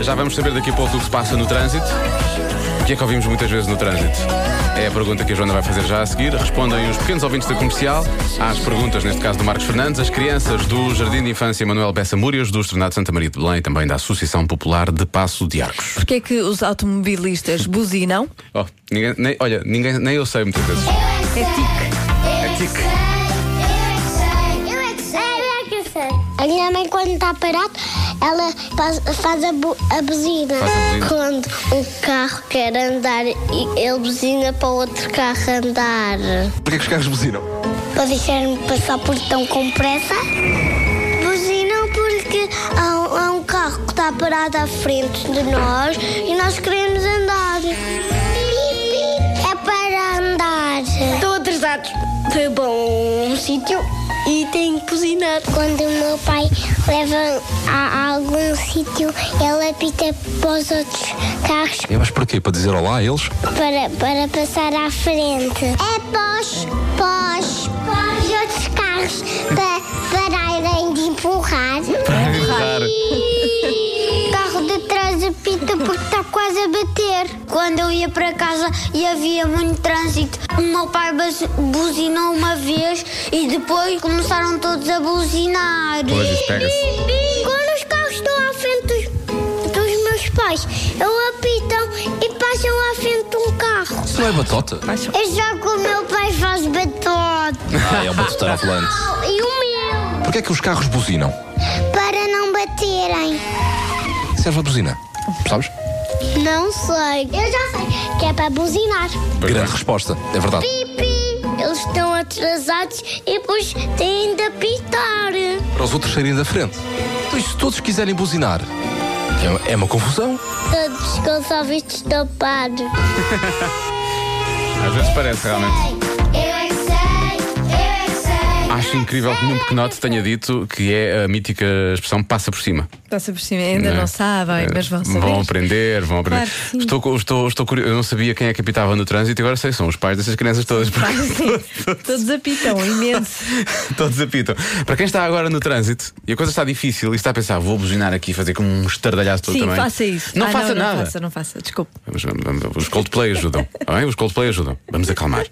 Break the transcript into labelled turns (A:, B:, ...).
A: Já vamos saber daqui a pouco o que se passa no trânsito. O que é que ouvimos muitas vezes no trânsito? É a pergunta que a Joana vai fazer já a seguir. Respondem os pequenos ouvintes da comercial às perguntas, neste caso do Marcos Fernandes, as crianças do Jardim de Infância Manuel Bessa Múrias, do Estrenado Santa Maria de Belém e também da Associação Popular de Passo de Arcos.
B: Porquê é que os automobilistas buzinam?
A: Oh, ninguém- nem- olha, ninguém, nem eu sei muitas vezes.
B: É tique.
A: É tique.
C: Eu é que sei, eu é que sei. A minha mãe, quando está parado, ela faz, faz a, bu- a buzina.
A: Faz a buzina.
C: Quando um carro quer andar, e ele buzina para outro carro andar.
D: Porquê que os carros buzinam?
C: Para deixar-me passar por tão com pressa. Buzinam porque há, há um carro que está parado à frente de nós e nós queremos andar. É para andar. um
E: Estão atrasados para bom sítio e têm que cozinhar.
C: Quando o meu pai leva a algum sítio, ele apita para os outros carros
D: É, mas porquê? Para dizer olá a eles?
C: para, para passar à frente. É pós, pós, pós os outros carros para pararem de empurrar.
A: É Empurrar.
C: O carro de trás apita porque está quase a bater.
E: Quando eu ia para casa e havia muito trânsito, o meu pai buz- buzinou uma vez e depois começaram todos a buzinar.
A: Pois, isso pega-se.
C: Quando os carros estão à frente dos, dos meus pais, eles apitam e passam à frente de um carro.
D: Isso não é batota?
C: Eu já que o meu pai faz batota.
D: Ah, é um batoteiro falante.
C: Oh, E o meu?
D: Porquê é que os carros buzinam?
C: Para não baterem.
D: Serve a buzina. Sabes?
C: Não sei. Eu já sei. Que é para buzinar.
A: Pois
D: Grande
A: é.
D: resposta, é verdade.
C: Pipi. Eles estão atrasados e depois têm de apitar.
D: Para os outros saírem da frente. Então, e se todos quiserem buzinar? É uma, é uma confusão.
C: Todos com os ouvidos tapados.
A: Às vezes parece, realmente.
C: Eu é que sei. Eu é que sei.
A: Acho incrível que nenhum pequenote tenha dito que é a mítica expressão passa por cima.
B: Passa por cima, ainda não, sabem,
A: É,
B: mas vão saber.
A: Vão aprender, vão aprender.
B: Claro que sim.
A: estou, co- estou, estou curioso. Eu não sabia quem é que apitava no trânsito e agora sei, são os pais dessas crianças todas.
B: Pá,
A: porque
B: sim, Todos apitam, imenso.
A: todos apitam. Para quem está agora no trânsito e a coisa está difícil e está a pensar, vou buzinar aqui, fazer como um estardalhaço todo
B: Sim,
A: também.
B: faça isso.
A: Não
B: Ah,
A: faça
B: não,
A: nada.
B: Não faça, não faça, desculpe.
A: Vamos- vamos- vamos- os Coldplay ajudam. Tá bem? Os Coldplay ajudam. Vamos acalmar.